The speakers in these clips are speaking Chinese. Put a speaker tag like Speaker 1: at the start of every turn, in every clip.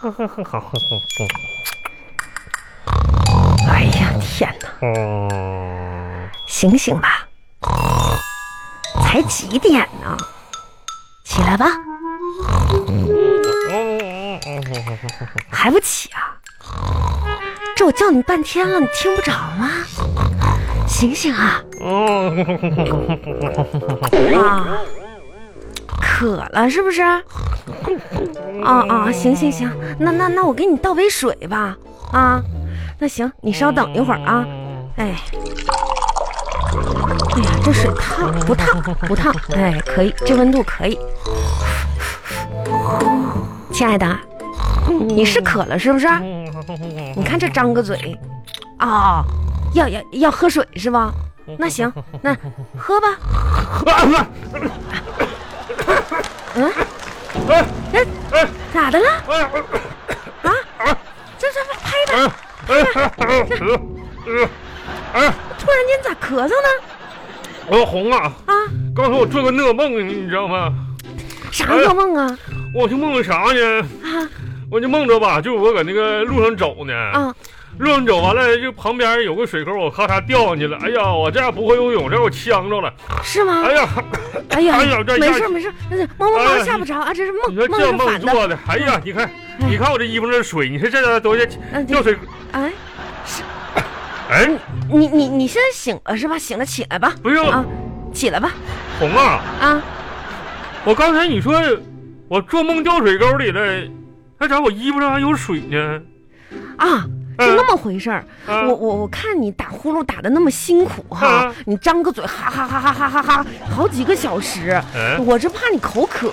Speaker 1: 好好好好好
Speaker 2: 哎呀，天哪！
Speaker 1: 嗯，
Speaker 2: 醒醒吧，才几点呢？起来吧，还不起啊？这我叫你半天了，你听不着吗？醒醒啊！啊，渴了是不是？啊啊，行行行，那那那我给你倒杯水吧。啊，那行，你稍等一会儿啊。哎，哎呀，这水烫不烫？不烫，哎，可以，这温度可以。亲爱的，你是渴了是不是？你看这张个嘴，啊、要要要喝水是吧？那行，那喝吧。嗯，哎，咋的了？啊，这这拍的，突然间咋咳嗽呢？
Speaker 1: 我红啊！
Speaker 2: 啊，
Speaker 1: 刚才我做个那个梦，你知道吗？
Speaker 2: 啥噩梦啊？
Speaker 1: 我就梦着啥呢？
Speaker 2: 啊
Speaker 1: 我就梦着吧，就我搁那个路上走呢，
Speaker 2: 啊！
Speaker 1: 路上走完了，就旁边有个水沟，我咔嚓掉上去了。哎呀，我这样不会游泳，这我呛着了。
Speaker 2: 是吗
Speaker 1: 哎？呀，
Speaker 2: 哎呀
Speaker 1: 哎呀，这
Speaker 2: 没
Speaker 1: 一下
Speaker 2: 事没事，那猫猫
Speaker 1: 哎
Speaker 2: 猫
Speaker 1: 呀
Speaker 2: 吓不着啊，这是
Speaker 1: 你
Speaker 2: 梦
Speaker 1: 说
Speaker 2: 梦
Speaker 1: 这
Speaker 2: 是
Speaker 1: 梦
Speaker 2: 反的。
Speaker 1: 做的，哎呀，你看，你看我这衣服这水，你说这东西
Speaker 2: 嗯，
Speaker 1: 掉水，
Speaker 2: 哎，
Speaker 1: 哎，
Speaker 2: 你你你现在醒呃了是吧？醒了起来吧，
Speaker 1: 不是
Speaker 2: 啊，起来吧
Speaker 1: 红啊！
Speaker 2: 啊！
Speaker 1: 我刚才你说我做梦掉水沟里了，还咋我衣服上还有水呢？
Speaker 2: 啊，
Speaker 1: 嗯
Speaker 2: 是那么回事儿。
Speaker 1: 啊
Speaker 2: 我我我看你打呼噜打的那么辛苦哈
Speaker 1: 嗯，
Speaker 2: 你张个嘴哈哈哈哈哈哈哈，好几个小时。
Speaker 1: 嗯，
Speaker 2: 我这怕你口渴，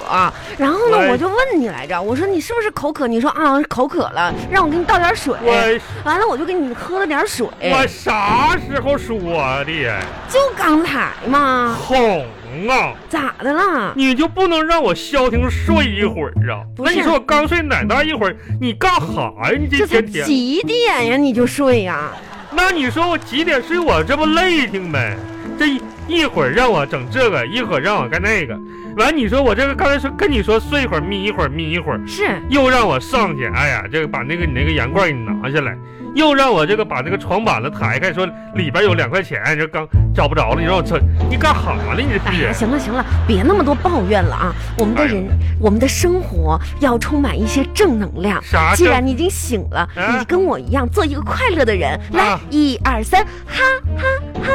Speaker 2: 然后呢，
Speaker 1: 喂
Speaker 2: 我就问你来着，我说你是不是口渴？你说啊，口渴了，让我给你倒点水。
Speaker 1: 我
Speaker 2: 完了，我就给你喝了点水，
Speaker 1: 我啥时候说的？
Speaker 2: 就刚才嘛，
Speaker 1: 红啊！
Speaker 2: 咋的啦？
Speaker 1: 你就不能让我消停睡一会儿啊？
Speaker 2: 不
Speaker 1: 那
Speaker 2: 是
Speaker 1: 你说我刚睡奶大一会儿，你干哈呀？你
Speaker 2: 这
Speaker 1: 这
Speaker 2: 才
Speaker 1: 天天，
Speaker 2: 几点呀？你就睡呀？
Speaker 1: 那你说我几点睡？我这不累挺呗？这一一会儿让我整这个，一会儿让我干那个，完你说我这个刚才说跟你说睡一会儿眯一会儿眯一会儿，
Speaker 2: 是
Speaker 1: 又让我上去，哎呀，这个把那个你那个盐罐给你拿下来，又让我这个把这个床板子抬开，说里边有两块钱，这刚找不着了，你让我这你干哈呢？你这
Speaker 2: 哎
Speaker 1: 是
Speaker 2: 呀，行了行了，别那么多抱怨了啊！我们的
Speaker 1: 哎呀
Speaker 2: 人，我们的生活要充满一些正能量。
Speaker 1: 啥
Speaker 2: 既
Speaker 1: 正
Speaker 2: 然你已经醒了，
Speaker 1: 啊
Speaker 2: 你跟我一样做一个快乐的人。来
Speaker 1: 啊，
Speaker 2: 一二三，哈哈哈！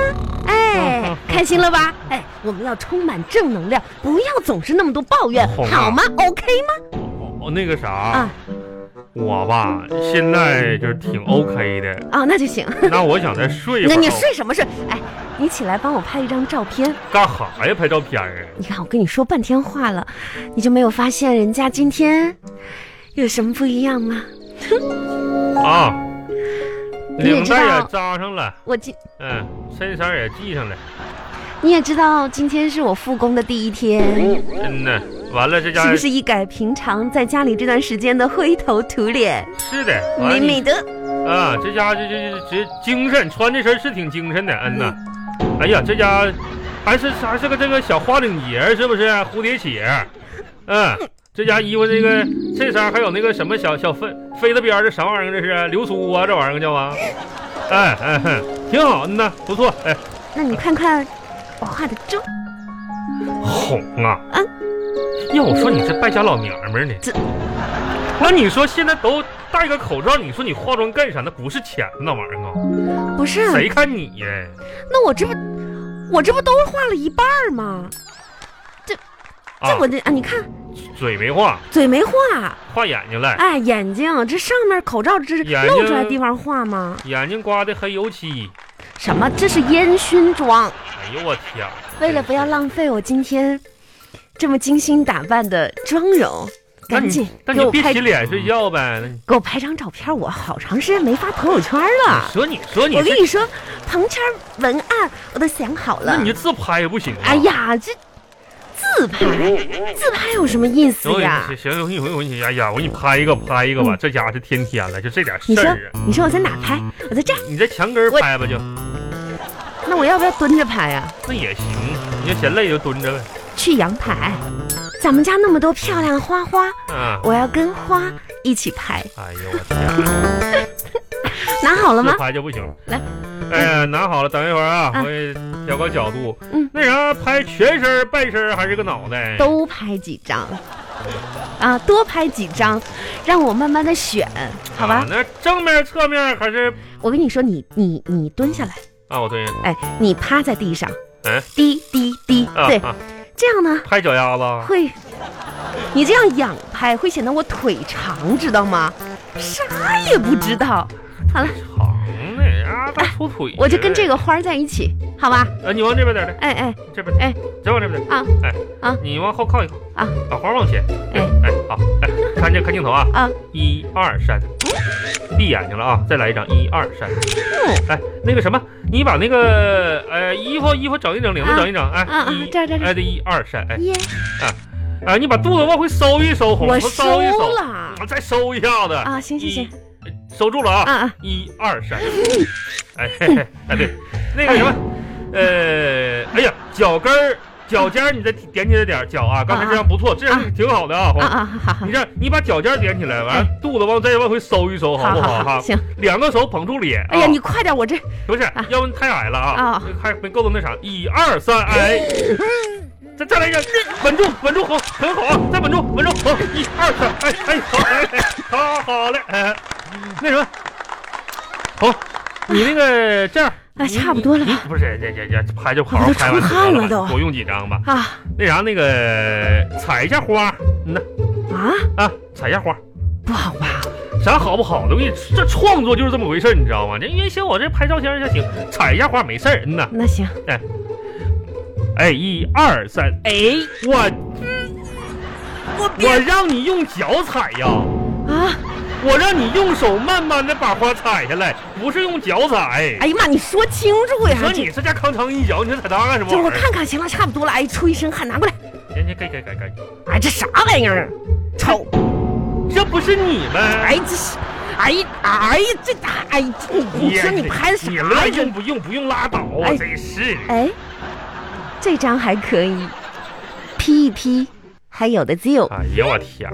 Speaker 2: 哎
Speaker 1: 嗯，
Speaker 2: 开心了吧？哎，我们要充满正能量，不要总是那么多抱怨，
Speaker 1: 红啊
Speaker 2: 好吗？OK 吗？
Speaker 1: 哦那个啥。
Speaker 2: 啊
Speaker 1: 我吧，现在就是挺 OK 的。
Speaker 2: 啊，那就行。
Speaker 1: 那我想再睡一会
Speaker 2: 那
Speaker 1: 儿。
Speaker 2: 你睡什么睡？哎，你起来帮我拍一张照片。
Speaker 1: 干哈呀？拍照片儿
Speaker 2: 你看，我跟你说半天话了，你就没有发现人家今天有什么不一样吗？
Speaker 1: 啊？
Speaker 2: 你也
Speaker 1: 领
Speaker 2: 知道
Speaker 1: 带也扎上了，
Speaker 2: 我今
Speaker 1: 嗯，衬衫也系上了，
Speaker 2: 你也知道，今天是我复工的第一
Speaker 1: 哎
Speaker 2: 天，
Speaker 1: 真的。完了，这家
Speaker 2: 是不是一改平常在家里这段时间的灰头土脸，
Speaker 1: 是的，完了
Speaker 2: 美
Speaker 1: 你
Speaker 2: 美的？
Speaker 1: 啊，这家这这这这精神，穿这身是挺精神的。嗯呐，哎呀，这家还是还是个这个小花领结儿，是不是？蝴蝶结儿，嗯，这家衣服这个衬衫还有那个什么小小飞飞的边儿，这啥玩意儿？这是流苏啊，这玩意儿叫啊？哎哎哼，挺好，嗯呐，不错。哎，
Speaker 2: 那你看看我画的妆，
Speaker 1: 哄啊！
Speaker 2: 嗯
Speaker 1: 要我说你这败家老娘们儿呢？
Speaker 2: 这，
Speaker 1: 那你说现在都戴个口罩，你说你化妆干啥？那不是钱那玩意儿啊？
Speaker 2: 不是？
Speaker 1: 谁看你呀？
Speaker 2: 那我这不我这不都画了一半儿吗？
Speaker 1: 啊
Speaker 2: 这我这啊，你看
Speaker 1: 嘴没画，
Speaker 2: 嘴没画，
Speaker 1: 画眼睛了，
Speaker 2: 哎，眼睛这上面口罩这是
Speaker 1: 眼
Speaker 2: 露出来
Speaker 1: 睛
Speaker 2: 地方画吗？
Speaker 1: 眼睛刮的黑油漆。
Speaker 2: 什么？这是烟熏妆。
Speaker 1: 哎呦我天！
Speaker 2: 为了不要浪费我今天这么精心打扮的妆容，
Speaker 1: 那
Speaker 2: 赶紧
Speaker 1: 你那
Speaker 2: 给
Speaker 1: 你
Speaker 2: 我
Speaker 1: 别
Speaker 2: 拍
Speaker 1: 洗脸睡觉呗。那你
Speaker 2: 给我拍张照片，我好长时间没发朋友圈了。
Speaker 1: 说你说你
Speaker 2: 我跟
Speaker 1: 这，
Speaker 2: 你说，朋友圈文案我都想好
Speaker 1: 那
Speaker 2: 了
Speaker 1: 你。就自拍也不行啊。
Speaker 2: 哎呀，这自拍，自拍有什么意思
Speaker 1: 等会
Speaker 2: 呀嗯
Speaker 1: 儿，？行行，我给你我给你，哎呀，我给你拍一个拍一个吧，这家伙是天天了，就这点
Speaker 2: 你
Speaker 1: 事
Speaker 2: 说
Speaker 1: 儿啊。，
Speaker 2: 你说我在哪拍？我在这儿。
Speaker 1: 你在墙根儿
Speaker 2: 我
Speaker 1: 拍吧就，
Speaker 2: 那我要不要蹲着拍啊呀？
Speaker 1: 那也行。你要嫌累就蹲着呗。
Speaker 2: 去阳台，咱们家那么多漂亮花花，
Speaker 1: 啊，
Speaker 2: 我要跟花一起拍，
Speaker 1: 哎呦我天，
Speaker 2: 拿好了吗
Speaker 1: 自？拍就不行。
Speaker 2: 来，
Speaker 1: 哎呀，拿好了，等一会儿啊，
Speaker 2: 啊
Speaker 1: 我也调个角度。
Speaker 2: 嗯
Speaker 1: 那啥，拍全身儿、半身儿还是个脑袋？
Speaker 2: 都拍几张，啊，多拍几张，让我慢慢的选，好吧
Speaker 1: 啊？那正面、侧面还是
Speaker 2: 我跟你说，你你你蹲下来，
Speaker 1: 啊？我对，
Speaker 2: 哎，你趴在地上，
Speaker 1: 嗯
Speaker 2: 滴滴滴，
Speaker 1: 啊
Speaker 2: 对，
Speaker 1: 啊，
Speaker 2: 这样呢
Speaker 1: 拍脚丫子。
Speaker 2: 会，你这样仰拍会显得我腿长，知道吗？啥也不知道。好了，
Speaker 1: 长的呀，大粗腿、
Speaker 2: 我就跟这。个花儿在一起，好吧？
Speaker 1: 啊，你往这边点儿来，
Speaker 2: 哎哎
Speaker 1: 这边，
Speaker 2: 哎，
Speaker 1: 再往这边点儿。
Speaker 2: 啊
Speaker 1: 哎
Speaker 2: 啊
Speaker 1: 你往后靠一靠
Speaker 2: 啊，
Speaker 1: 把花往前。
Speaker 2: 哎
Speaker 1: 哎，好，哎，看这看镜头啊，
Speaker 2: 啊，
Speaker 1: 一二三，闭眼睛了啊，再来一张，一二三。
Speaker 2: 嗯
Speaker 1: 哎，那个什么，你把那个呃衣服衣服整一整，领子
Speaker 2: 啊
Speaker 1: 整一整，哎，
Speaker 2: 啊啊
Speaker 1: 一
Speaker 2: 这儿这儿这儿
Speaker 1: 哎，对，一二三，哎，
Speaker 2: 耶，
Speaker 1: 啊，你把肚子往回收一收，红
Speaker 2: 我
Speaker 1: 头
Speaker 2: 收
Speaker 1: 收一收，
Speaker 2: 了
Speaker 1: 啊再收一下子
Speaker 2: 啊！行行行，
Speaker 1: 一收住了啊，
Speaker 2: 啊啊，
Speaker 1: 一二三，哎嘿嘿，哎对，那个什么，呃，哎呀，脚跟儿脚尖儿你再点起来点儿脚啊，刚才这样不错，这样挺好的啊，红
Speaker 2: 啊。啊，好好哎
Speaker 1: 你这样，你把脚尖儿点起来，完了肚子往再往回收一收，哦好
Speaker 2: 好
Speaker 1: 不
Speaker 2: 好
Speaker 1: 哈？
Speaker 2: 行。
Speaker 1: 两个手捧住脸。
Speaker 2: 哎呀，
Speaker 1: 啊
Speaker 2: 你快点，我这
Speaker 1: 不是
Speaker 2: 啊，
Speaker 1: 要不然太矮了啊
Speaker 2: 啊，
Speaker 1: 还没够到那啥。一二 三，哎，再再来一个，嗯稳住，稳住，好，很好啊，再稳住，稳住，好，一二三，哎哎，好，哎哎，好好嘞，哎，那什么，好，你那个这样，
Speaker 2: 啊，
Speaker 1: 你
Speaker 2: 差不多了
Speaker 1: 你
Speaker 2: 吧？
Speaker 1: 不是，这这这拍就好
Speaker 2: 我
Speaker 1: 好
Speaker 2: 都
Speaker 1: 拍完就
Speaker 2: 出
Speaker 1: 好
Speaker 2: 汗
Speaker 1: 了
Speaker 2: 了都
Speaker 1: 多用几张吧。
Speaker 2: 啊
Speaker 1: 那啥，那个采一下花，嗯呐
Speaker 2: 啊，
Speaker 1: 啊，采一下花。
Speaker 2: 不好吧？
Speaker 1: 啥好不好的？我跟你这创作就是这么回事儿，你知道吗？这原先我这拍照片儿就行，采一下花没事儿。嗯呐，
Speaker 2: 那行，
Speaker 1: 哎，一二三，哎，我
Speaker 2: 我
Speaker 1: 我让你用脚踩呀，
Speaker 2: 啊！
Speaker 1: 我让你用手慢慢的把花采下来，不是用脚踩。
Speaker 2: 哎呀妈，你说清楚呀！
Speaker 1: 说
Speaker 2: 这
Speaker 1: 你这家康成一脚，你这踩它干什么
Speaker 2: 这
Speaker 1: 玩意
Speaker 2: 我
Speaker 1: 儿？
Speaker 2: 看看，行了，差不多了。哎，出一身汗，拿过来。
Speaker 1: 人家给给给给，
Speaker 2: 哎，这啥玩意儿？瞅，
Speaker 1: 这不是你
Speaker 2: 哎
Speaker 1: 们？
Speaker 2: 这是，哎哎这哎，这你你说你拍的啥
Speaker 1: 你
Speaker 2: 呀
Speaker 1: 乐用？不用不用拉倒啊！
Speaker 2: 哎
Speaker 1: 真是
Speaker 2: 哎，这张还可以，P 一 P，还有的就
Speaker 1: 哎呀，我天！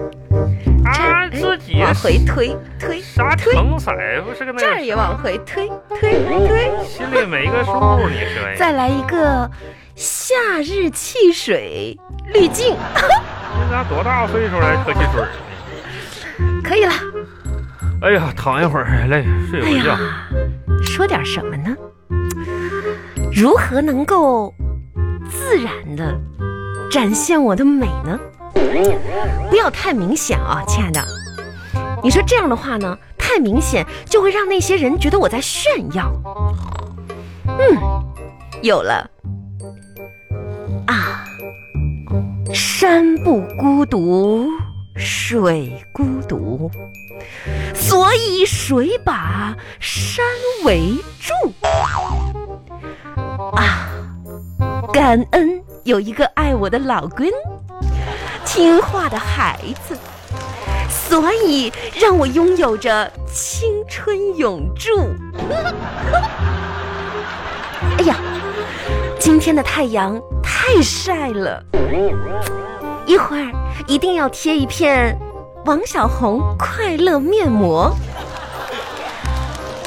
Speaker 1: 啊，
Speaker 2: 哎
Speaker 1: 自己
Speaker 2: 往回推推，
Speaker 1: 啥成色不是个那
Speaker 2: 这儿也往回推推推，
Speaker 1: 心里没个数，你说呀？
Speaker 2: 再来一个夏日汽水滤镜，
Speaker 1: 这咱多大岁数了，喝汽水儿呢？
Speaker 2: 可以了。
Speaker 1: 哎呀，躺一会儿，累，睡
Speaker 2: 哎
Speaker 1: 会儿觉
Speaker 2: 呀。，说点什么呢？如何能够自然的展现我的美呢？不要太明显啊，亲爱的。你说这样的话呢，太明显就会让那些人觉得我在炫耀。嗯，有了啊，山不孤独，水孤独。所以水把山围住。啊，感恩有一个爱我的老公，听话的孩子，所以让我拥有着青春永驻。 哎呀，今天的太阳太晒了，一会儿一定要贴一片王小红快乐面膜。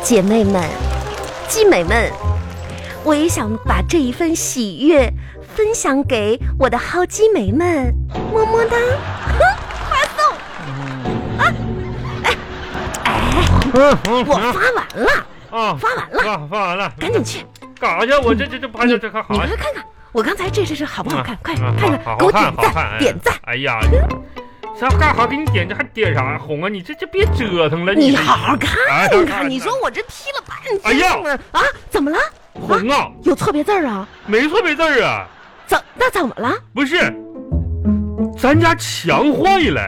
Speaker 2: 姐妹们，鸡美们，我也想把这一份喜悦分享给我的好鸡美们，么么哒！哼，发送，
Speaker 1: 嗯嗯
Speaker 2: 我发完了，
Speaker 1: 啊，
Speaker 2: 发完了，
Speaker 1: 发发完了，
Speaker 2: 赶紧去，
Speaker 1: 干啥去？我这这这拍
Speaker 2: 你你
Speaker 1: 这嗯哎这看好
Speaker 2: 快看看，我刚才这这这好不好看？快看
Speaker 1: 看
Speaker 2: 看，给我点
Speaker 1: 好看，哎
Speaker 2: 赞，点赞！！
Speaker 1: 哎呀，啥干啥给你点这还点啥？红啊，你这这别折腾了，
Speaker 2: 你好好看
Speaker 1: 哎看
Speaker 2: 看，你
Speaker 1: 看
Speaker 2: 说我这 P 了
Speaker 1: 哎
Speaker 2: 半
Speaker 1: 呀
Speaker 2: 天了啊？怎么了？
Speaker 1: 红啊，
Speaker 2: 有错别字儿啊？
Speaker 1: 没错别字儿啊，
Speaker 2: 怎那怎么了？
Speaker 1: 不是，咱家墙坏了。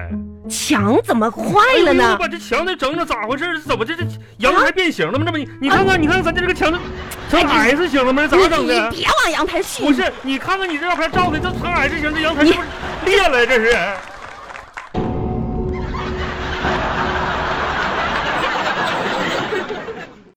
Speaker 2: 墙怎么坏
Speaker 1: 哎
Speaker 2: 了
Speaker 1: 呦
Speaker 2: 呢
Speaker 1: 我？把这墙这整整咋回事儿？怎么这这阳台变形了吗？这不你你
Speaker 2: 啊
Speaker 1: 看看你看看咱家这个墙这
Speaker 2: 哎
Speaker 1: 成 S 型了吗？咋整的？
Speaker 2: 你别往阳台去！
Speaker 1: 不是，你看看你这照片照的，这成 S 型，这阳台是不是裂了呀？这是，